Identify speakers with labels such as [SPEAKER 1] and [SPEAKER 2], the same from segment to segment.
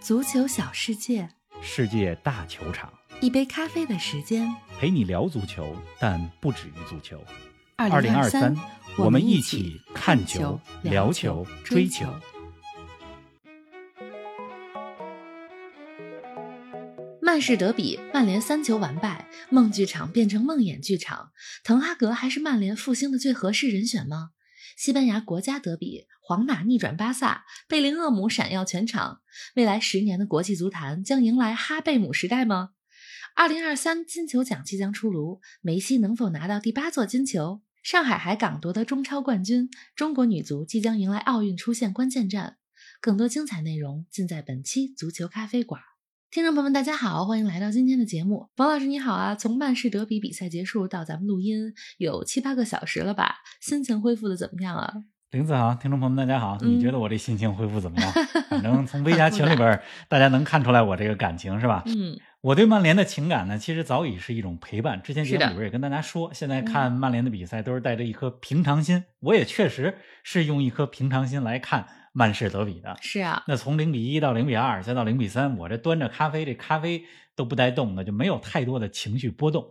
[SPEAKER 1] 足球小世界，
[SPEAKER 2] 世界大球场，
[SPEAKER 1] 一杯咖啡的时间。
[SPEAKER 2] 陪你聊足球，但不止于足球。
[SPEAKER 1] 二零
[SPEAKER 2] 二
[SPEAKER 1] 三，
[SPEAKER 2] 我们
[SPEAKER 1] 一
[SPEAKER 2] 一起看球、聊球、追球。
[SPEAKER 1] 曼市德比，曼联三球完败，梦剧场变成梦魇剧场。滕哈格还是曼联复兴的最合适人选吗？西班牙国家德比，皇马逆转巴萨，贝林厄姆闪耀全场。未来十年的国际足坛将迎来哈贝姆时代吗？二零二三金球奖即将出炉，梅西能否拿到第八座金球？上海海港夺得中超冠军，中国女足即将迎来奥运出线关键战。更多精彩内容尽在本期足球咖啡馆。听众朋友们，大家好，欢迎来到今天的节目。王老师你好啊，从曼市德比比赛结束到咱们录音有七八个小时了吧？心情恢复的怎么样啊？
[SPEAKER 2] 林子豪，听众朋友们，大家好！
[SPEAKER 1] 嗯
[SPEAKER 2] 你觉得我这心情恢复怎么 样？反正从微加群里边儿，大家能看出来我这个感情是吧？
[SPEAKER 1] 嗯，
[SPEAKER 2] 我对曼联的情感呢，其实早已是一种陪伴。之前节
[SPEAKER 1] 是的
[SPEAKER 2] 目
[SPEAKER 1] 嗯
[SPEAKER 2] 里边也跟大家说，现在看曼联的比赛都是带着一颗平常心。我也确实是用一颗平常心来看曼市德比的。
[SPEAKER 1] 是啊，
[SPEAKER 2] 那从零比一到零比二，再到零比三，我这端着咖啡，这咖啡都不带动的，就没有太多的情绪波动。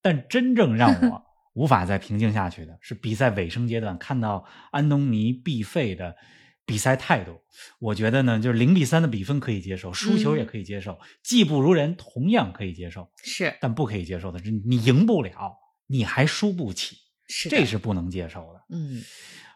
[SPEAKER 2] 但真正让 我无法再平静下去的是比赛尾声阶段看到安东尼必废的比赛态度。我觉得呢，就是零比三的比分可以接受，输球
[SPEAKER 1] 嗯
[SPEAKER 2] 也可以接受，技不如人同样可以接受，
[SPEAKER 1] 是
[SPEAKER 2] 但不可以接受的是你赢不了，你还输不起，
[SPEAKER 1] 是的，
[SPEAKER 2] 这是不能接受的。
[SPEAKER 1] 嗯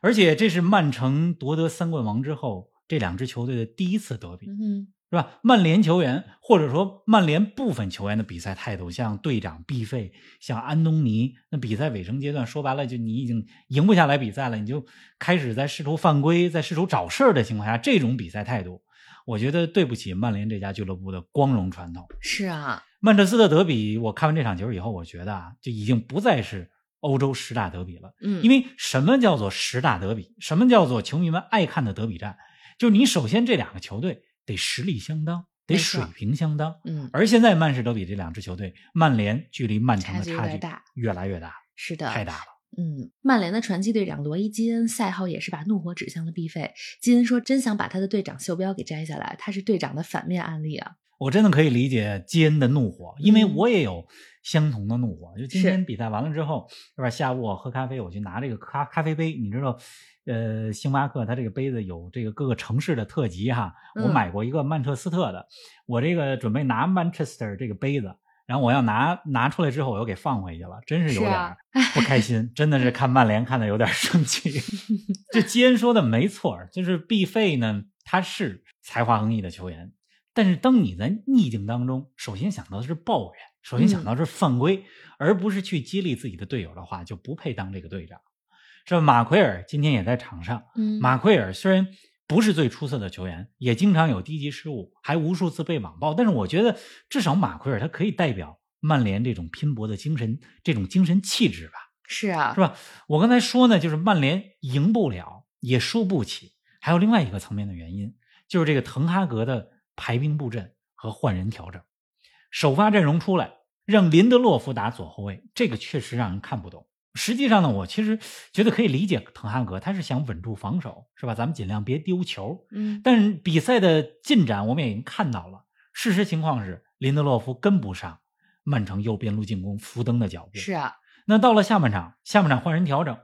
[SPEAKER 2] 而且这是曼城夺得三冠王之后这两支球队的第一次德比。
[SPEAKER 1] 嗯
[SPEAKER 2] 是吧？曼联球员或者说曼联部分球员的比赛态度，像队长毕费，像安东尼，那比赛尾声阶段，说白了就你已经赢不下来比赛了，你就开始在试图犯规，在试图找事儿的情况下，这种比赛态度，我觉得对不起曼联这家俱乐部的光荣传统。
[SPEAKER 1] 是啊，
[SPEAKER 2] 曼彻斯特德比，我看完这场球以后，我觉得啊，就已经不再是欧洲十大德比了。
[SPEAKER 1] 嗯，
[SPEAKER 2] 因为什么叫做十大德比？什么叫做球迷们爱看的德比战？就是你首先这两个球队得实力相当，得
[SPEAKER 1] 没错
[SPEAKER 2] 水平相当。
[SPEAKER 1] 嗯
[SPEAKER 2] 而现在曼市德比这两支球队，曼联距离曼城的
[SPEAKER 1] 差距越
[SPEAKER 2] 差
[SPEAKER 1] 来
[SPEAKER 2] 距
[SPEAKER 1] 越大
[SPEAKER 2] 越来越大，
[SPEAKER 1] 是的，
[SPEAKER 2] 太大了。
[SPEAKER 1] 嗯，曼联的传奇队长罗伊基恩赛后也是把怒火指向了毕费。基恩说：“真想把他的队长袖标给摘下来，他是队长的反面案例啊。
[SPEAKER 2] 我真的可以理解基恩的怒火，因为
[SPEAKER 1] 嗯
[SPEAKER 2] 我也有相同的怒火。就今
[SPEAKER 1] 是
[SPEAKER 2] 天比赛完了之后，是吧？下午我喝咖啡，我去拿这个咖咖啡杯，你知道，呃，星巴克它这个杯子有这个各个城市的特级哈。我
[SPEAKER 1] 嗯
[SPEAKER 2] 买过一个曼彻斯特的，我这个准备拿 Manchester 这个杯子。然后我要拿拿出来之后，我又给放回去了，真是
[SPEAKER 1] 是
[SPEAKER 2] 有点
[SPEAKER 1] 啊
[SPEAKER 2] 儿不开心，真的是看曼联看的有点儿 生气。这基恩说的没错儿，就是毕费呢，他是才华横溢的球员，但是当你在逆境当中，首先想到的是抱怨，首先
[SPEAKER 1] 嗯
[SPEAKER 2] 想到是犯规，而不是去激励自己的队友的话，就不配当这个队长。这马奎尔今天也在场上，”
[SPEAKER 1] 嗯，
[SPEAKER 2] 马奎尔虽然不是最出色的球员，也经常有低级失误，还无数次被网暴，但是我觉得至少马奎尔他可以代表曼联这种拼搏的精神，这种精神气质吧。
[SPEAKER 1] 是啊，
[SPEAKER 2] 是吧？我刚才说呢，就是曼联赢不了，也输不起，还有另外一个层面的原因，就是这个滕哈格的排兵布阵和换人调整。首发阵容出来，让林德洛夫打左后卫，这个确实让人看不懂。实际上呢，我其实觉得可以理解滕哈格，他是想稳住防守，是吧？咱们尽量别丢球，
[SPEAKER 1] 嗯，
[SPEAKER 2] 但是比赛的进展我们也已经看到了，事实情况是林德洛夫跟不上曼城右边路进攻福登的脚步，
[SPEAKER 1] 是啊，
[SPEAKER 2] 那到了下半场，下半场换人调整，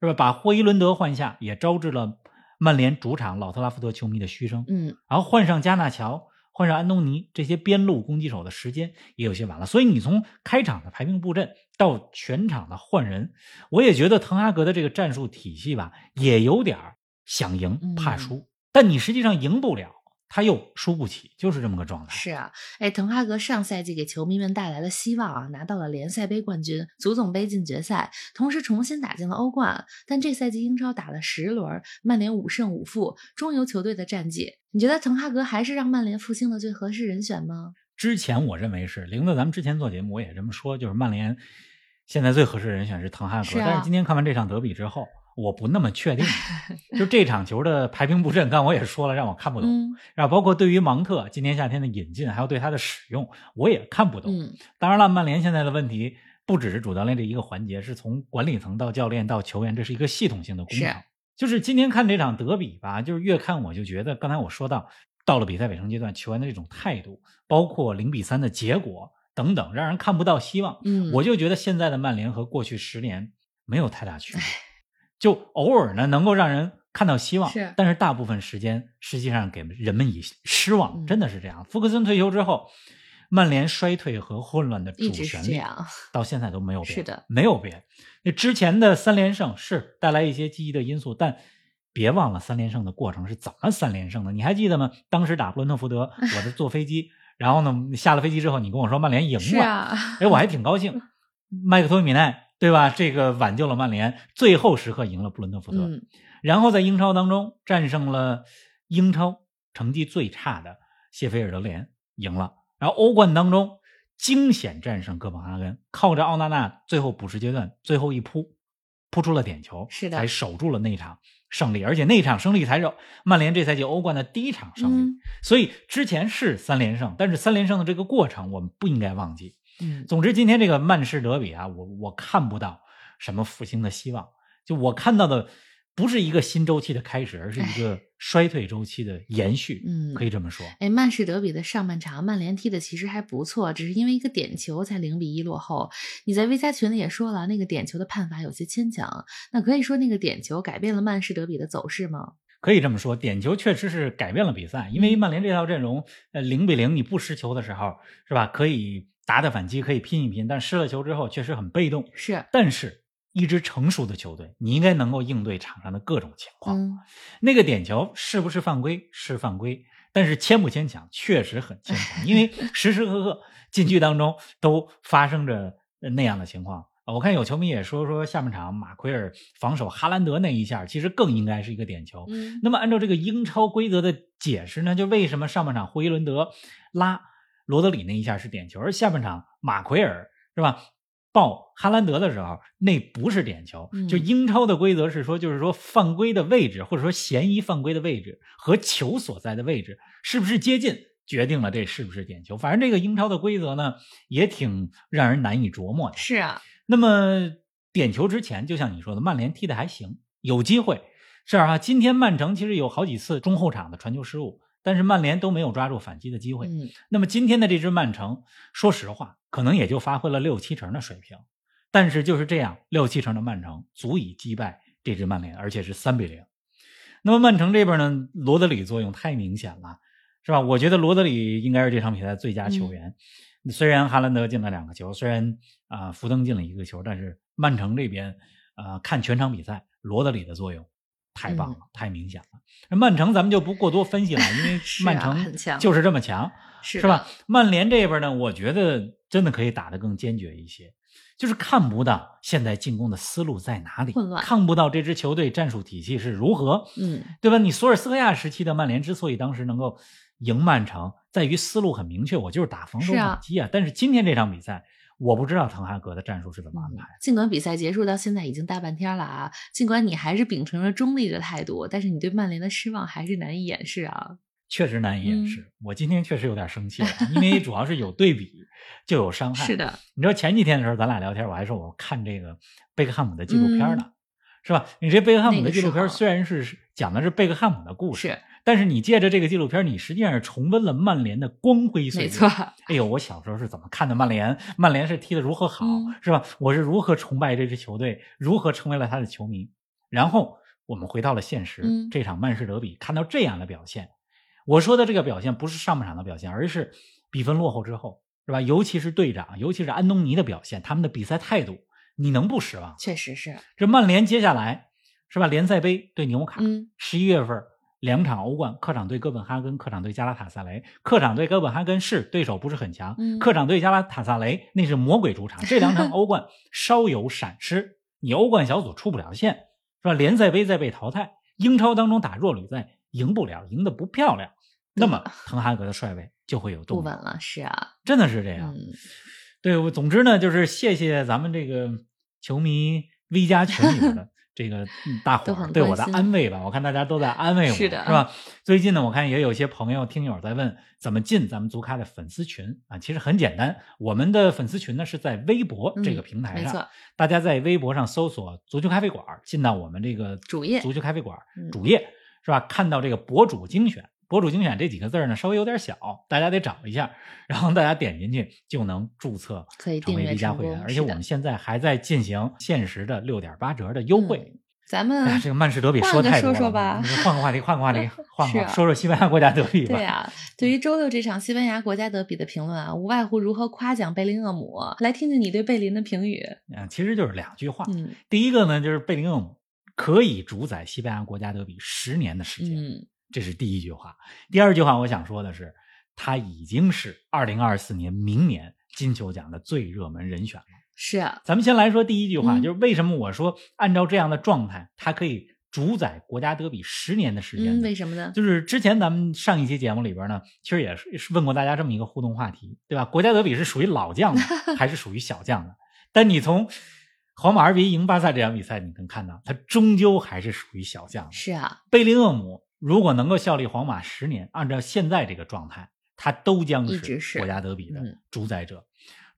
[SPEAKER 2] 是吧？把霍伊伦德换下，也招致了曼联主场老特拉福德球迷的嘘声。
[SPEAKER 1] 嗯，
[SPEAKER 2] 然后换上加纳乔，换上安东尼，这些边路攻击手的时间也有些晚了。所以你从开场的排兵布阵到全场的换人，我也觉得滕哈格的这个战术体系吧，也有点儿想赢怕输，但你实际上赢不了，他又输不起，就是这么个状态。
[SPEAKER 1] 是啊。哎，滕哈格上赛季给球迷们带来了希望啊，拿到了联赛杯冠军、足总杯进决赛，同时重新打进了欧冠。但这赛季英超打了十轮，曼联五胜五负，中游球队的战绩，你觉得滕哈格还是让曼联复兴的最合适人选吗？
[SPEAKER 2] 之前我认为是玲子，咱们之前做节目我也这么说，就是曼联现在最合适的人选是滕哈格，
[SPEAKER 1] 是啊
[SPEAKER 2] 但是今天看完这场德比之后，我不那么 确定。就这场球的排兵布阵，刚我也说了，让我看不懂。
[SPEAKER 1] 嗯
[SPEAKER 2] 然后包括对于芒特今年夏天的引进，还有对他的使用，我也看不懂。
[SPEAKER 1] 嗯，
[SPEAKER 2] 当然了，曼联现在的问题不只是主教练这一个环节，是从管理层到教练到球员，这是一个系统性的工
[SPEAKER 1] 是
[SPEAKER 2] 程。就是今天看这场德比吧，就是越看我就觉得，刚才我说到，到了比赛尾声阶段，球员的这种态度，包括零比三的结果等等，让人看不到希望。
[SPEAKER 1] 嗯，
[SPEAKER 2] 我就觉得现在的曼联和过去十年没有太大区别，就偶尔呢能够让人看到希望，
[SPEAKER 1] 是
[SPEAKER 2] 但是大部分时间实际上给人们以失望，
[SPEAKER 1] 嗯
[SPEAKER 2] 真的是这样。福克森退休之后，曼联衰退和混乱的
[SPEAKER 1] 一
[SPEAKER 2] 主
[SPEAKER 1] 直是
[SPEAKER 2] 旋
[SPEAKER 1] 这
[SPEAKER 2] 律
[SPEAKER 1] 样。
[SPEAKER 2] 到现在都没有变，
[SPEAKER 1] 是的，
[SPEAKER 2] 没有变。那之前的三连胜是带来一些积极的因素，但别忘了三连胜的过程是怎么三连胜的。你还记得吗？当时打布伦特福德，我是坐飞机，然后呢下了飞机之后，你跟我说曼联赢
[SPEAKER 1] 是
[SPEAKER 2] 了，
[SPEAKER 1] 啊，
[SPEAKER 2] 哎，我还挺高兴。麦克托米奈对吧？这个挽救了曼联，最后时刻赢了布伦特福德，
[SPEAKER 1] 嗯，
[SPEAKER 2] 然后在英超当中战胜了英超成绩最差的谢菲尔德联，赢了。然后欧冠当中惊险战胜哥本哈根，靠着奥纳纳最后补时阶段最后一扑，扑出了点球，
[SPEAKER 1] 是的
[SPEAKER 2] 才守住了那场胜利。而且那场胜利才是曼联这赛季欧冠的第一场胜利。
[SPEAKER 1] 嗯
[SPEAKER 2] 所以之前是三连胜，但是三连胜的这个过程我们不应该忘记。
[SPEAKER 1] 嗯，
[SPEAKER 2] 总之，今天这个曼市德比啊，我我看不到什么复兴的希望。就我看到的，不是一个新周期的开始，而是一个衰退周期的延续。
[SPEAKER 1] 嗯
[SPEAKER 2] 可以这么说。
[SPEAKER 1] 哎，曼市德比的上半场，曼联踢的其实还不错，只是因为一个点球才零比一落后。你在微加群里也说了，那个点球的判罚有些牵强，那可以说那个点球改变了曼市德比的走势吗？
[SPEAKER 2] 可以这么说，点球确实是改变了比赛，因为曼联这套阵容，呃，零比零你不失球的时候，是吧？可以打打反击，可以拼一拼，但失了球之后确实很被动。
[SPEAKER 1] 是，
[SPEAKER 2] 但是，一支成熟的球队，你应该能够应对场上的各种情况。
[SPEAKER 1] 嗯，
[SPEAKER 2] 那个点球是不是犯规？是犯规，但是牵不牵强，确实很牵强，因为时时刻刻禁区当中都发生着那样的情况。啊我看有球迷也说说下半场马奎尔防守哈兰德那一下，其实更应该是一个点球。
[SPEAKER 1] 嗯，
[SPEAKER 2] 那么按照这个英超规则的解释呢，就为什么上半场霍伊伦德拉罗德里那一下是点球，而下半场马奎尔是吧抱哈兰德的时候那不是点球？
[SPEAKER 1] 嗯
[SPEAKER 2] 就英超的规则是说，就是说犯规的位置或者说嫌疑犯规的位置和球所在的位置是不是接近？决定了这是不是点球，反正这个英超的规则呢，也挺让人难以琢磨的。
[SPEAKER 1] 是啊，
[SPEAKER 2] 那么点球之前，就像你说的，曼联踢的还行，有机会。是啊，今天曼城其实有好几次中后场的传球失误，但是曼联都没有抓住反击的机会。
[SPEAKER 1] 嗯，
[SPEAKER 2] 那么今天的这支曼城，说实话，可能也就发挥了六七成的水平，但是就是这样，六七成的曼城足以击败这支曼联，而且是三比零。那么曼城这边呢，罗德里作用太明显了，是吧？我觉得罗德里应该是这场比赛最佳
[SPEAKER 1] 嗯
[SPEAKER 2] 球员。虽然哈兰德进了两个球，虽然啊、福登进了一个球，但是曼城这边啊、呃看全场比赛，罗德里的作用太
[SPEAKER 1] 嗯
[SPEAKER 2] 棒了，太明显了。那曼城咱们就不过多分析了，因 为
[SPEAKER 1] 是啊
[SPEAKER 2] 曼
[SPEAKER 1] 很强
[SPEAKER 2] 城就是这么强。
[SPEAKER 1] 是
[SPEAKER 2] 是吧
[SPEAKER 1] 的？？
[SPEAKER 2] 曼联这边呢，我觉得真的可以打得更坚决一些，就是看不到现在进攻的思路在哪里，
[SPEAKER 1] 混乱
[SPEAKER 2] 看不到这支球队战术体系是如何，
[SPEAKER 1] 嗯，
[SPEAKER 2] 对吧？你索尔斯克亚时期的曼联之所以当时能够赢曼城，在于思路很明确，我就是打防守
[SPEAKER 1] 是啊
[SPEAKER 2] 反击啊。但是今天这场比赛，我不知道滕哈格的战术是怎么安排。
[SPEAKER 1] 尽管比赛结束到现在已经大半天了啊，尽管你还是秉承着中立的态度，但是你对曼联的失望还是难以掩饰啊。
[SPEAKER 2] 确实难以
[SPEAKER 1] 嗯
[SPEAKER 2] 掩饰，我今天确实有点生气了，因为主要是有对比就有伤害。
[SPEAKER 1] 是的，
[SPEAKER 2] 你知道前几天的时候，咱俩聊天，我还说我看这个贝克汉姆的纪录片呢，是吧？你这贝克汉姆的纪
[SPEAKER 1] 嗯
[SPEAKER 2] 录
[SPEAKER 1] 那
[SPEAKER 2] 片
[SPEAKER 1] 个是好
[SPEAKER 2] 虽然是讲的是贝克汉姆的故事，
[SPEAKER 1] 是
[SPEAKER 2] 但是你借着这个纪录片，你实际上是重温了曼联的光辉
[SPEAKER 1] 没
[SPEAKER 2] 岁月。
[SPEAKER 1] 错，
[SPEAKER 2] 哎呦，我小时候是怎么看的曼联？曼联是踢得如何好，
[SPEAKER 1] 嗯
[SPEAKER 2] 是吧？我是如何崇拜这支球队，如何成为了他的球迷。然后我们回到了现实，
[SPEAKER 1] 嗯
[SPEAKER 2] 这场曼市德比看到这样的表现，我说的这个表现不是上半场的表现，而是比分落后之后，是吧？尤其是队长，尤其是安东尼的表现，他们的比赛态度，你能不失望？
[SPEAKER 1] 确实是，啊
[SPEAKER 2] 这曼联接下来是吧？联赛杯对纽卡，
[SPEAKER 1] 嗯，
[SPEAKER 2] 十一月份两场欧冠，客场对哥本哈根，客场对加拉塔萨雷。客场对哥本哈根是对手不是很强，
[SPEAKER 1] 嗯
[SPEAKER 2] 客场对加拉塔萨雷那是魔鬼主场。这 两场欧冠稍有闪失，你欧冠小组出不了线，是吧？联赛杯再被淘汰，英超当中打弱旅赛赢不了，赢得不漂亮。那么滕哈格的帅位就会有
[SPEAKER 1] 不
[SPEAKER 2] 动
[SPEAKER 1] 稳
[SPEAKER 2] 摇，
[SPEAKER 1] 了，是啊，
[SPEAKER 2] 真的是这样。
[SPEAKER 1] 嗯，
[SPEAKER 2] 对，我总之呢，就是谢谢咱们这个球迷 V 加群 里边的这个嗯大伙
[SPEAKER 1] 都
[SPEAKER 2] 儿
[SPEAKER 1] 很
[SPEAKER 2] 对我的
[SPEAKER 1] 关心
[SPEAKER 2] 安慰吧。我看大家都在安慰我，
[SPEAKER 1] 是的
[SPEAKER 2] 吧？最近呢，我看也有些朋友听友在问怎么进咱们足咖的粉丝群啊。其实很简单，我们的粉丝群呢是在微博这个
[SPEAKER 1] 嗯
[SPEAKER 2] 平台
[SPEAKER 1] 没
[SPEAKER 2] 上，
[SPEAKER 1] 错，
[SPEAKER 2] 大家在微博上搜索“足球咖啡馆”，进到我们这个
[SPEAKER 1] 主页
[SPEAKER 2] 足球咖啡馆”
[SPEAKER 1] 嗯
[SPEAKER 2] 主页是吧？看到这个博主精选，博主精选这几个字儿呢，稍微有点小，大家得找一下，然后大家点进去就能注册
[SPEAKER 1] 可以
[SPEAKER 2] 成
[SPEAKER 1] 订
[SPEAKER 2] 为
[SPEAKER 1] 阅
[SPEAKER 2] 离家
[SPEAKER 1] 成
[SPEAKER 2] 会
[SPEAKER 1] 功。
[SPEAKER 2] 员，而
[SPEAKER 1] 是
[SPEAKER 2] 且我
[SPEAKER 1] 的
[SPEAKER 2] 们现在还在进行限时的六点八折的优惠。
[SPEAKER 1] 咱
[SPEAKER 2] 哎呀
[SPEAKER 1] 们，
[SPEAKER 2] 这个曼市德比
[SPEAKER 1] 嗯换
[SPEAKER 2] 说
[SPEAKER 1] 个
[SPEAKER 2] 太
[SPEAKER 1] 说
[SPEAKER 2] 多了，
[SPEAKER 1] 说吧
[SPEAKER 2] 你说换个话题，换个 话题，换
[SPEAKER 1] 是
[SPEAKER 2] 个
[SPEAKER 1] 啊
[SPEAKER 2] 说说西班牙国家德比吧。
[SPEAKER 1] 对啊，对于周六这场西班牙国家德比的评论啊，无外乎如何夸奖贝林厄姆。来听听你对贝林的评语。
[SPEAKER 2] 嗯，其实就是两句话。
[SPEAKER 1] 嗯
[SPEAKER 2] 第一个呢，就是贝林厄姆可以主宰西班牙国家德比十年的时间，
[SPEAKER 1] 嗯，
[SPEAKER 2] 这是第一句话。第二句话，我想说的是，他已经是二零二四年明年金球奖的最热门人选了。
[SPEAKER 1] 是啊，
[SPEAKER 2] 咱们先来说第一句话，
[SPEAKER 1] 嗯
[SPEAKER 2] 就是为什么我说按照这样的状态，他可以主宰国家德比十年的时间
[SPEAKER 1] 嗯，
[SPEAKER 2] 呢？
[SPEAKER 1] 为什么呢？
[SPEAKER 2] 就是之前咱们上一期节目里边呢，其实也是是问过大家这么一个互动话题，对吧？国家德比是属于老将 的还是属于小将的？但你从皇马二比一赢巴萨这场比赛，你能看到他终究还是属于小将的。
[SPEAKER 1] 是啊，
[SPEAKER 2] 贝林厄姆如果能够效力皇马十年，按照现在这个状态，他都将
[SPEAKER 1] 一直是
[SPEAKER 2] 国家德比的
[SPEAKER 1] 嗯
[SPEAKER 2] 主宰者。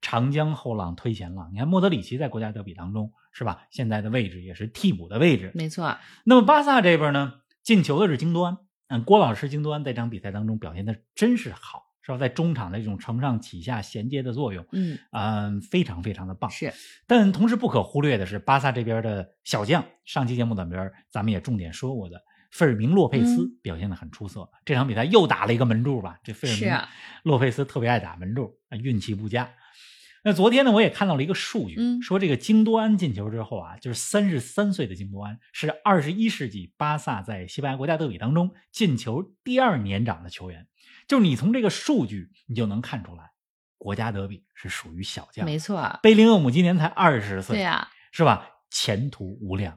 [SPEAKER 2] 长江后浪推前浪，你看莫德里奇在国家德比当中是吧？现在的位置也是替补的位置，
[SPEAKER 1] 没错儿。
[SPEAKER 2] 那么巴萨这边呢，进球的是京多安。嗯，郭老师，京多安在这场比赛当中表现的真是好，是吧？在中场的这种承上启下衔接的作用，
[SPEAKER 1] 嗯，
[SPEAKER 2] 嗯，非常非常的棒。
[SPEAKER 1] 是
[SPEAKER 2] 但同时不可忽略的是，巴萨这边的小将，上期节目里边咱们也重点说过的。费尔明·洛佩斯
[SPEAKER 1] 嗯
[SPEAKER 2] 表现的很出色，这场比赛又打了一个门柱吧？这费尔
[SPEAKER 1] 是
[SPEAKER 2] 明
[SPEAKER 1] 啊，
[SPEAKER 2] 洛佩斯特别爱打门柱，啊运气不佳。那昨天呢，我也看到了一个数据，
[SPEAKER 1] 嗯
[SPEAKER 2] 说这个京多安进球之后啊，就是三十三岁的京多安是二十一世纪巴萨在西班牙国家德比当中进球第二年长的球员。就是你从这个数据，你就能看出来，国家德比是属于小将。
[SPEAKER 1] 没错儿。
[SPEAKER 2] 贝林厄姆今年才二十岁，
[SPEAKER 1] 对啊，
[SPEAKER 2] 是吧？前途无量。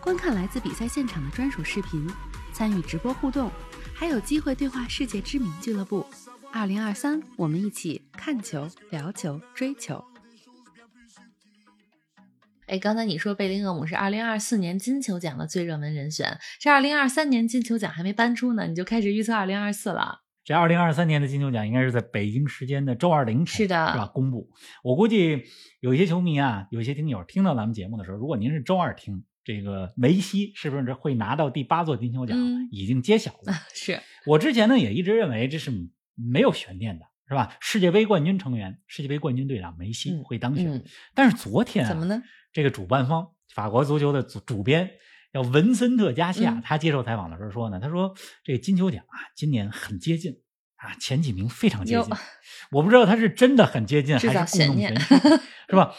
[SPEAKER 3] 观看来自比赛现场的专属视频，参与直播互动，还有机会对话世界知名俱乐部。二零二三，我们一起看球、聊球、追球。
[SPEAKER 1] 哎，刚才你说贝林厄姆是二零二四年金球奖的最热门人选，这二零二三年金球奖还没颁出呢，你就开始预测二零二四了。
[SPEAKER 2] 这二零二三年的金球奖应该是在北京时间的周二凌晨，
[SPEAKER 1] 是的
[SPEAKER 2] 是吧？公布。我估计有一些球迷啊，有一些听友听到咱们节目的时候，如果您是周二听，这个梅西是不是会拿到第八座金球奖、
[SPEAKER 1] 嗯
[SPEAKER 2] 已经揭晓 了？
[SPEAKER 1] 是，
[SPEAKER 2] 我之前呢也一直认为这是没有悬念的，是吧？世界杯冠军成员、世界杯冠军队长梅西
[SPEAKER 1] 嗯
[SPEAKER 2] 会当选，
[SPEAKER 1] 嗯，
[SPEAKER 2] 但是昨天、啊、
[SPEAKER 1] 怎么呢？
[SPEAKER 2] 这个主办方法国足球的主主编叫文森特·加西亚，
[SPEAKER 1] 嗯
[SPEAKER 2] 他接受采访的时候说呢，他说这个金球奖啊，今年很接近啊，前几名非常接近
[SPEAKER 1] 哟。
[SPEAKER 2] 我不知道他是真的很接近，
[SPEAKER 1] 制造
[SPEAKER 2] 还是故弄
[SPEAKER 1] 悬念
[SPEAKER 2] 玄虚，是吧？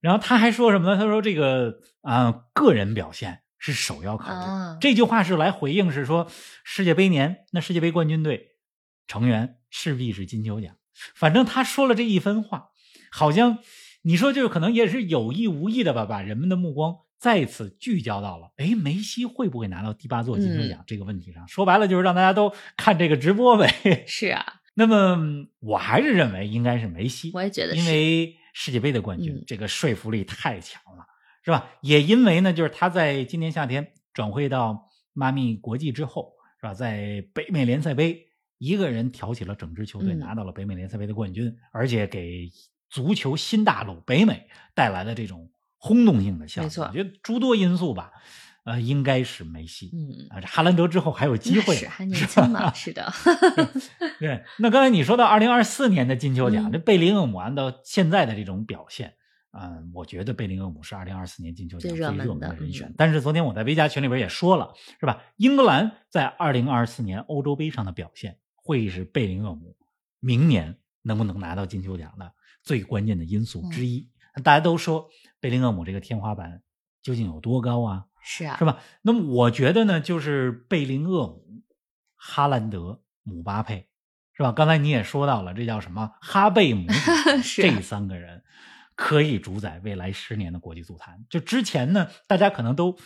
[SPEAKER 2] 然后他还说什么呢？他说这个啊、个人表现是首要考虑。
[SPEAKER 1] 啊
[SPEAKER 2] 这句话是来回应是说世界杯年，那世界杯冠军队成员势必是金球奖。反正他说了这一番话，好像你说就是可能也是有意无意的吧，把人们的目光再次聚焦到了，哎，梅西会不会拿到第八座金球奖这个问题上。说白了就是让大家都看这个直播呗。
[SPEAKER 1] 是啊，
[SPEAKER 2] 那么嗯我还是认为应该是梅西，
[SPEAKER 1] 我也觉得
[SPEAKER 2] 因
[SPEAKER 1] 是。
[SPEAKER 2] 为世界杯的冠军、
[SPEAKER 1] 嗯
[SPEAKER 2] 这个说服力太强了，是吧？也因为呢，就是他在今年夏天转会到妈咪国际之后，是吧？在北美联赛杯一个人挑起了整支球队，
[SPEAKER 1] 嗯
[SPEAKER 2] 拿到了北美联赛杯的冠军，而且给足球新大陆北美带来了这种轰动性的效应。
[SPEAKER 1] 没错
[SPEAKER 2] 我觉得诸多因素吧，呃，应该是梅西。
[SPEAKER 1] 嗯，
[SPEAKER 2] 啊，这哈兰德之后还有机会
[SPEAKER 1] 那是
[SPEAKER 2] 嘛
[SPEAKER 1] 还年
[SPEAKER 2] 是吧
[SPEAKER 1] 轻嘛，是 的，
[SPEAKER 2] 对，那刚才你说到二零二四年的金球奖，
[SPEAKER 1] 嗯
[SPEAKER 2] 这贝林厄姆按照现在的这种表现，嗯，我觉得贝林厄姆是二零二四年金球奖
[SPEAKER 1] 最
[SPEAKER 2] 最
[SPEAKER 1] 热
[SPEAKER 2] 热
[SPEAKER 1] 门
[SPEAKER 2] 门
[SPEAKER 1] 的
[SPEAKER 2] 的人选。
[SPEAKER 1] 嗯
[SPEAKER 2] 但是昨天我在微加群里边也说了，是吧？英格兰在二零二四年欧洲杯上的表现，会是贝林厄姆明年能不能拿到金球奖的最关键的因素
[SPEAKER 1] 嗯
[SPEAKER 2] 之一。大家都说贝林厄姆这个天花板究竟有多高啊？
[SPEAKER 1] 是啊
[SPEAKER 2] 是，吧？那么我觉得呢，就是贝林厄姆、哈兰德、姆巴佩，是吧？刚才你也说到了，这叫什么哈 贝姆主
[SPEAKER 1] 是啊
[SPEAKER 2] 这三个人可以主宰未来十年的国际足坛。就之前呢，大家可能都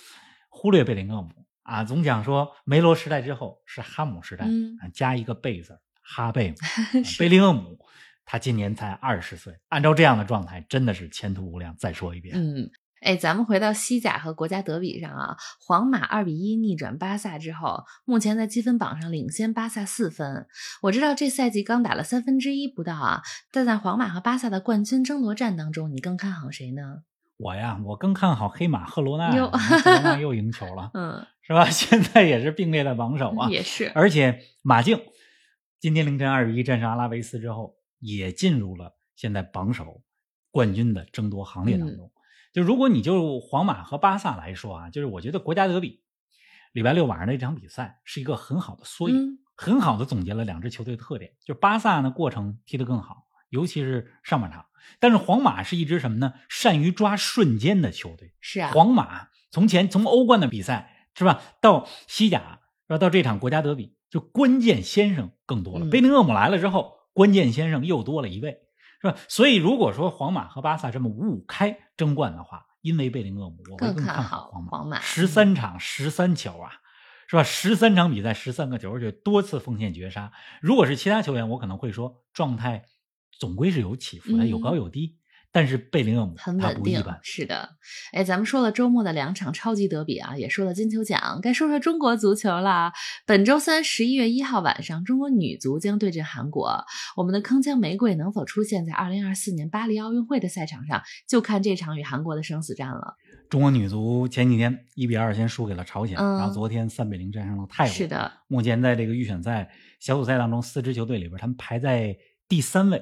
[SPEAKER 2] 忽略贝林厄姆，啊，总讲说梅罗时代之后是哈姆时代，
[SPEAKER 1] 嗯
[SPEAKER 2] 啊加一个贝字儿，哈 贝姆、啊
[SPEAKER 1] 是
[SPEAKER 2] 贝林厄姆，他今年才二十岁，按照这样的状态，真的是前途无量。再说一遍，
[SPEAKER 1] 嗯，哎，咱们回到西甲和国家德比上啊，皇马二比一逆转巴萨之后，目前在积分榜上领先巴萨四分。我知道这赛季刚打了三分之一不到啊，但在皇马和巴萨的冠军争夺战当中，你更看好谁
[SPEAKER 2] 嗯
[SPEAKER 1] 呢？
[SPEAKER 2] 我呀，我更看好黑马赫罗纳呀，
[SPEAKER 1] 哟，
[SPEAKER 2] 赫罗纳又赢球了
[SPEAKER 1] 嗯，
[SPEAKER 2] 是吧？ 现在也是并列在榜首啊，
[SPEAKER 1] 也是，
[SPEAKER 2] 而且马竞今天凌晨二比一战胜阿拉维斯之后，也进入了现在榜首冠军的争夺行列
[SPEAKER 1] 嗯
[SPEAKER 2] 当中。就如果你就皇马和巴萨来说啊，就是我觉得国家德比礼拜六晚上的一场比赛是一个很好的缩影，
[SPEAKER 1] 嗯
[SPEAKER 2] 很好的总结了两支球队的特点。就巴萨呢过程踢得更好，尤其是上半场，但是皇马是一支什么呢？善于抓瞬间的球队。
[SPEAKER 1] 是啊，
[SPEAKER 2] 皇马从前从欧冠的比赛是吧，到西甲是吧，到这场国家德比，就关键先生更多了。
[SPEAKER 1] 嗯
[SPEAKER 2] 贝林厄姆来了之后，关键先生又多了一位，是吧？所以如果说皇马和巴萨这么五五开争冠的话，因为贝林厄姆，我会
[SPEAKER 1] 更
[SPEAKER 2] 更
[SPEAKER 1] 看
[SPEAKER 2] 好
[SPEAKER 1] 好
[SPEAKER 2] 皇马。
[SPEAKER 1] 皇马
[SPEAKER 2] 十三场十三球啊，是吧？十三场比赛十三个球，而且多次奉献绝杀。如果是其他球员，我可能会说状态总归是有起伏的，有高
[SPEAKER 1] 嗯
[SPEAKER 2] 有低。但是贝林厄姆
[SPEAKER 1] 很
[SPEAKER 2] 他
[SPEAKER 1] 稳
[SPEAKER 2] 不一
[SPEAKER 1] 定
[SPEAKER 2] 般，，
[SPEAKER 1] 是的。哎，咱们说了周末的两场超级德比啊，也说了金球奖，该说说中国足球啦。本周三十一月一号晚上，中国女足将对阵韩国。我们的铿锵玫瑰能否出现在二零二四年巴黎奥运会的赛场上，就看这场与韩国的生死战了。
[SPEAKER 2] 中国女足前几天一比二先输给了朝鲜，
[SPEAKER 1] 嗯
[SPEAKER 2] 然后昨天三比零战胜了泰国。
[SPEAKER 1] 是，的，
[SPEAKER 2] 目前在这个预选赛小组赛当中，四支球队里边，他们排在第三位。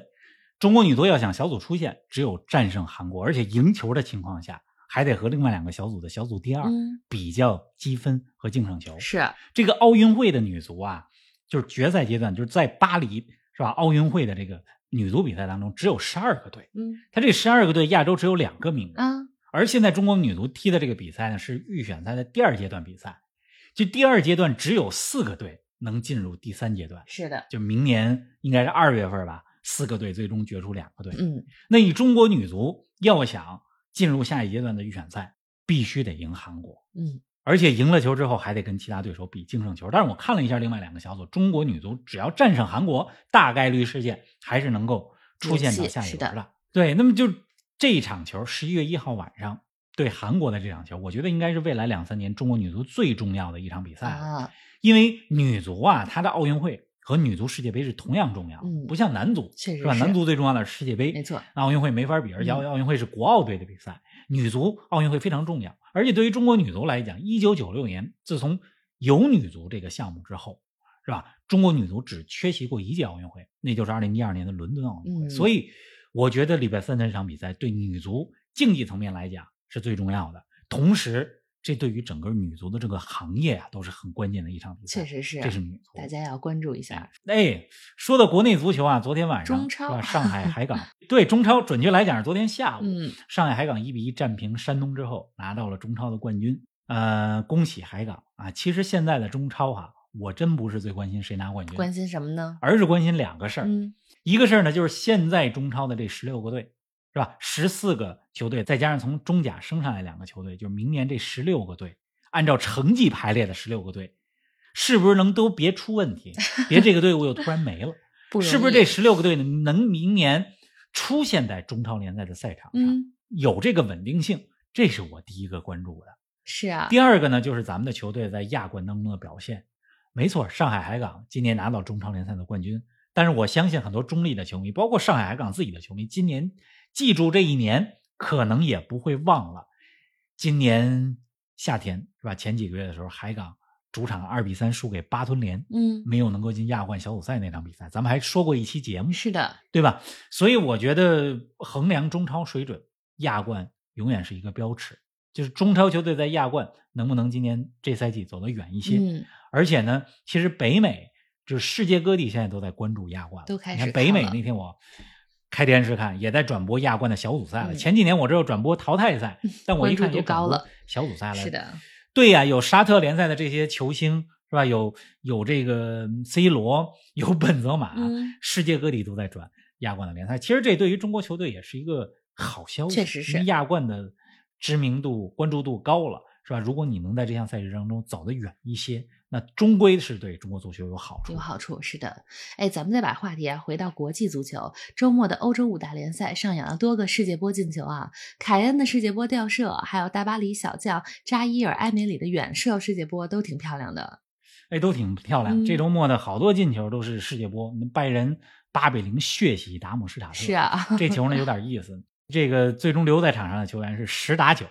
[SPEAKER 2] 中国女足要想小组出线，只有战胜韩国，而且赢球的情况下，还得和另外两个小组的小组第二、
[SPEAKER 1] 嗯，
[SPEAKER 2] 比较积分和净胜球。
[SPEAKER 1] 是
[SPEAKER 2] 这个奥运会的女足啊，就是决赛阶段，就是在巴黎是吧？奥运会的这个女足比赛当中，只有十二个队，
[SPEAKER 1] 嗯
[SPEAKER 2] 她这十二个队亚洲只有两个名额。
[SPEAKER 1] 啊，
[SPEAKER 2] 而现在中国女足踢的这个比赛呢，是预选赛的第二阶段比赛，就第二阶段只有四个队能进入第三阶段，
[SPEAKER 1] 是的，
[SPEAKER 2] 就明年应该是二月份吧，四个队最终决出两个队。
[SPEAKER 1] 嗯，
[SPEAKER 2] 那你中国女足要想进入下一阶段的预选赛，必须得赢韩国，
[SPEAKER 1] 嗯，
[SPEAKER 2] 而且赢了球之后还得跟其他对手比净胜球。但是我看了一下另外两个小组，中国女足只要战胜韩国，大概率事件还是能够出现到
[SPEAKER 1] 有戏
[SPEAKER 2] 下一
[SPEAKER 1] 是
[SPEAKER 2] 轮
[SPEAKER 1] 的
[SPEAKER 2] 的。对，那么就这一场球，十一月一号晚上对韩国的这场球，我觉得应该是未来两三年中国女足最重要的一场比赛了，
[SPEAKER 1] 啊，
[SPEAKER 2] 因为女足啊，它的奥运会和女足世界杯是同样重要，
[SPEAKER 1] 嗯
[SPEAKER 2] 不像男足
[SPEAKER 1] 确实
[SPEAKER 2] 吧？
[SPEAKER 1] 是
[SPEAKER 2] 男足最重要的是世界杯，
[SPEAKER 1] 没错，
[SPEAKER 2] 奥运会没法比，而且奥
[SPEAKER 1] 嗯
[SPEAKER 2] 奥运会是国奥队的比赛，女足奥运会非常重要。而且对于中国女足来讲，一九九六年自从有女足这个项目之后，是吧？中国女足只缺席过一届奥运会，那就是二零一二年的伦敦奥运会。
[SPEAKER 1] 嗯
[SPEAKER 2] 所以，我觉得礼拜三这场比赛对女足竞技层面来讲是最重要的，同时这对于整个女足的这个行业啊都是很关键的一场比赛。
[SPEAKER 1] 确，实是，啊
[SPEAKER 2] 这是女足。
[SPEAKER 1] 大家要关注一下。
[SPEAKER 2] 哎，说到国内足球啊，昨天晚上
[SPEAKER 1] 中超
[SPEAKER 2] 是吧？ 上海海港对中超，准确来讲是昨天下午，
[SPEAKER 1] 嗯，
[SPEAKER 2] 上海海港一比一战平山东之后，拿到了中超的冠军。呃，恭喜海港啊！其实现在的中超哈、啊我真不是最关心谁拿冠军，
[SPEAKER 1] 关心什么呢？
[SPEAKER 2] 而是关心两个事儿。
[SPEAKER 1] 嗯，
[SPEAKER 2] 一个事儿呢，就是现在中超的这十六个队，是吧？十四个球队，再加上从中甲升上来两个球队，就是明年这十六个队，按照成绩排列的十六个队，是不是能都别出问题？别这个队伍又突然没了，
[SPEAKER 1] 不容易
[SPEAKER 2] 是不是这十六个队呢能明年出现在中超联赛的赛场上，
[SPEAKER 1] 嗯，
[SPEAKER 2] 有这个稳定性？这是我第一个关注的。
[SPEAKER 1] 是啊，
[SPEAKER 2] 第二个呢，就是咱们的球队在亚冠当中的表现。没错，上海海港今年拿到中超联赛的冠军，但是我相信很多中立的球迷，包括上海海港自己的球迷，今年记住这一年，可能也不会忘了。今年夏天是吧？前几个月的时候，海港主场二比三输给巴吞联，
[SPEAKER 1] 嗯，
[SPEAKER 2] 没有能够进亚冠小组赛那场比赛，咱们还说过一期节目，
[SPEAKER 1] 是的，
[SPEAKER 2] 对吧？所以我觉得衡量中超水准，亚冠永远是一个标尺，就是中超球队在亚冠能不能今年这赛季走得远一些。
[SPEAKER 1] 嗯，
[SPEAKER 2] 而且呢，其实北美就是世界各地现在都在关注亚冠了，
[SPEAKER 1] 都开始
[SPEAKER 2] 你看北美
[SPEAKER 1] 看了
[SPEAKER 2] 那天我开电视看，也在转播亚冠的小组赛了。
[SPEAKER 1] 嗯
[SPEAKER 2] 前几年我这有转播淘汰赛，但我一看
[SPEAKER 1] 关注
[SPEAKER 2] 也
[SPEAKER 1] 度
[SPEAKER 2] 转
[SPEAKER 1] 高
[SPEAKER 2] 播
[SPEAKER 1] 了
[SPEAKER 2] 小组赛了。
[SPEAKER 1] 是的，
[SPEAKER 2] 对呀、有沙特联赛的这些球星是吧？有有这个 C 罗，有本泽马，
[SPEAKER 1] 嗯
[SPEAKER 2] 世界各地都在转亚冠的联赛。其实这对于中国球队也是一个好消息，
[SPEAKER 1] 确实是
[SPEAKER 2] 因为亚冠的知名度、关注度高了，是吧？如果你能在这项赛事当中走得远一些，那终归是对中国足球有好处
[SPEAKER 1] 有。好处，是的。哎，咱们再把话题啊回到国际足球。周末的欧洲五大联赛上演了多个世界波进球啊，凯恩的世界波吊射，还有大巴黎小将扎伊尔埃梅里的远射世界波都挺漂亮的。
[SPEAKER 2] 哎，都挺漂亮。
[SPEAKER 1] 嗯
[SPEAKER 2] 这周末的好多进球都是世界波，那拜仁八比零血洗达姆施塔特。
[SPEAKER 1] 是啊，
[SPEAKER 2] 这球呢有点意思。这个最终留在场上的球员是十打九，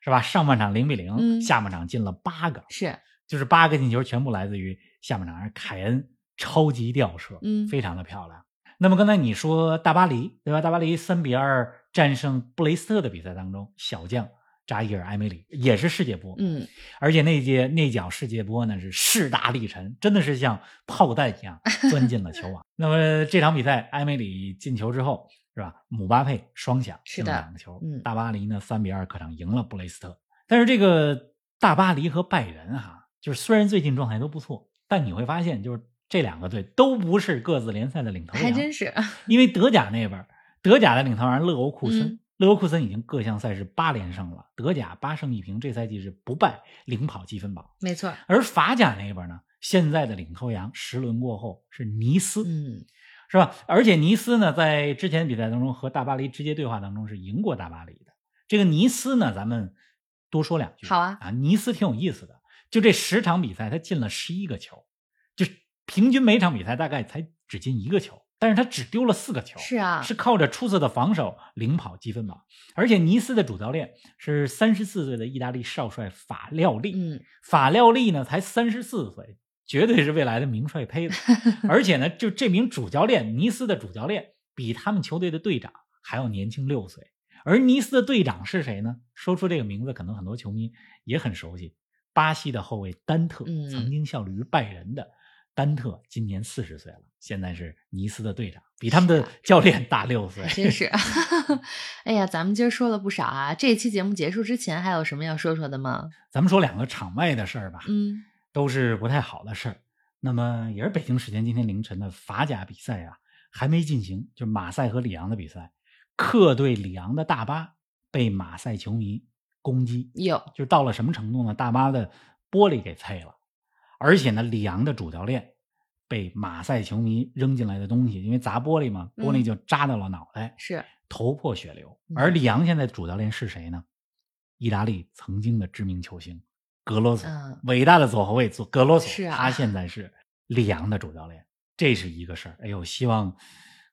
[SPEAKER 2] 是吧？上半场零比零、
[SPEAKER 1] 嗯
[SPEAKER 2] 下半场进了八个，
[SPEAKER 1] 是，
[SPEAKER 2] 就是八个进球全部来自于下半场，而凯恩超级吊射，
[SPEAKER 1] 嗯
[SPEAKER 2] 非常的漂亮。那么刚才你说大巴黎对吧？大巴黎三比二战胜布雷斯特的比赛当中，小将扎伊尔埃梅里也是世界波，
[SPEAKER 1] 嗯，
[SPEAKER 2] 而且那届那脚世界波呢是势大力沉，真的是像炮弹一 样钻进了球网。那么这场比赛，埃梅里进球之后，是吧？姆巴佩双响
[SPEAKER 1] 是
[SPEAKER 2] 进了
[SPEAKER 1] 的
[SPEAKER 2] 两个球，
[SPEAKER 1] 嗯
[SPEAKER 2] 大巴黎呢三比二客场赢了布雷斯特。但是这个大巴黎和拜仁哈、就是虽然最近状态都不错，但你会发现就是这两个队都不是各自联赛的领头
[SPEAKER 1] 还
[SPEAKER 2] 羊，
[SPEAKER 1] 真是，
[SPEAKER 2] 因为德甲那边儿，德甲的领头羊勒沃库森，
[SPEAKER 1] 嗯
[SPEAKER 2] 勒沃库森已经各项赛事八连胜了，德甲八胜一平，这赛季是不败，领跑积分榜。
[SPEAKER 1] 没错儿。
[SPEAKER 2] 而法甲那边呢，现在的领头羊十轮过后是尼斯，
[SPEAKER 1] 嗯，
[SPEAKER 2] 是吧？而且尼斯呢，在之前比赛当中和大巴黎直接对话当中是赢过大巴黎的。这个尼斯呢，咱们多说两句。
[SPEAKER 1] 好啊
[SPEAKER 2] 啊，尼斯挺有意思的，就这十场比赛他进了十一个球，就平均每场比赛大概才只进一个球，但是他只丢了四个球。
[SPEAKER 1] 是啊，
[SPEAKER 2] 是靠着出色的防守领跑积分榜，而且尼斯的主教练是三十四岁的意大利少帅法廖利，
[SPEAKER 1] 嗯，
[SPEAKER 2] 法廖利呢才三十四岁，绝对是未来的名 帅胚子。而且呢，就这名主教练，尼斯的主教练比他们球队的队长还要年轻六岁。而尼斯的队长是谁呢？说出这个名字，可能很多球迷也很熟悉。巴西的后卫丹特，
[SPEAKER 1] 嗯
[SPEAKER 2] 曾经效力于拜仁的丹特，今年四十岁了，现在是尼斯的队长，比他们的教练大六岁
[SPEAKER 1] 还。啊真 是。哎呀，咱们今儿说了不少啊。这期节目结束之前，还有什么要说说的吗？
[SPEAKER 2] 咱们说两个场外的事儿吧。
[SPEAKER 1] 嗯，
[SPEAKER 2] 都是不太好的事儿。那么也是北京时间今天凌晨的法甲比赛啊，还没进行，就马赛和里昂的比赛，客队里昂的大巴被马赛球迷攻击，
[SPEAKER 1] 有，
[SPEAKER 2] 就到了什么程度呢？大巴的玻璃给碎了，而且呢，里昂的主教练被马赛球迷扔进来的东西，因为砸玻璃嘛，玻璃
[SPEAKER 1] 嗯
[SPEAKER 2] 就扎到了脑袋，
[SPEAKER 1] 是，
[SPEAKER 2] 头破血流。
[SPEAKER 1] 嗯
[SPEAKER 2] 而里昂现在主教练是谁呢？意大利曾经的知名球星格罗索，
[SPEAKER 1] 嗯
[SPEAKER 2] 伟大的左后卫佐格罗索，
[SPEAKER 1] 是啊
[SPEAKER 2] 他现在是里昂的主教练，这是一个事儿。哎呦，希望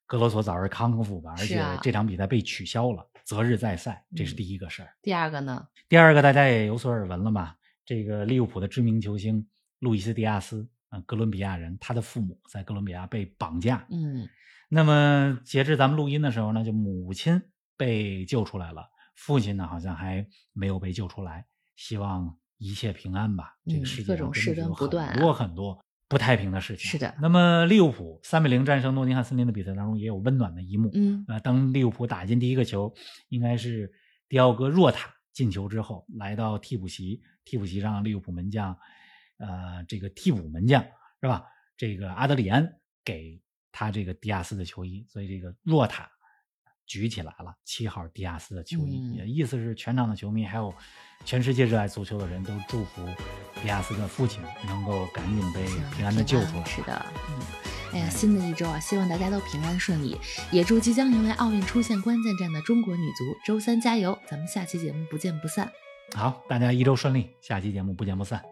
[SPEAKER 2] 格罗索早日康复吧。而
[SPEAKER 1] 是
[SPEAKER 2] 且
[SPEAKER 1] 啊嗯
[SPEAKER 2] 这场比赛被取消了，择日再赛，这是第一个事儿。
[SPEAKER 1] 第二个呢？
[SPEAKER 2] 第二个大家也有所耳闻了嘛，这个利物浦的知名球星路易斯·迪亚斯，啊、哥伦比亚人，他的父母在哥伦比亚被绑架，
[SPEAKER 1] 嗯，
[SPEAKER 2] 那么截至咱们录音的时候呢，就母亲被救出来了，父亲呢好像还没有被救出来。希望一切平安吧。这
[SPEAKER 1] 嗯
[SPEAKER 2] 个世界
[SPEAKER 1] 各种
[SPEAKER 2] 上真
[SPEAKER 1] 事
[SPEAKER 2] 的是
[SPEAKER 1] 端
[SPEAKER 2] 有
[SPEAKER 1] 不断啊
[SPEAKER 2] 很多很多不太平的事情。
[SPEAKER 1] 是的
[SPEAKER 2] 那么利物浦三比零战胜诺丁汉森林的比赛当中，也有温暖的一幕。
[SPEAKER 1] 嗯，
[SPEAKER 2] 呃，当利物浦打进第一个球，应该是迪奥戈·若塔进球之后，来到替补席，替补席上利物浦门将，呃，这个替补门将是吧？这个阿德里安给他这个迪亚斯的球衣，所以这个若塔举起来了七号迪亚斯的球衣，
[SPEAKER 1] 嗯
[SPEAKER 2] 也意思是全场的球迷还有全世界热爱足球的人都祝福迪亚斯的父亲能够赶紧被
[SPEAKER 1] 是
[SPEAKER 2] 哎平安的救出来。
[SPEAKER 1] 是的，嗯。哎呀，新的一周啊，希望大家都平安顺利，也祝即将迎来奥运出现关键战的中国女足周三加油！咱们下期节目不见不散。
[SPEAKER 2] 好，大家一周顺利，下期节目不见不散。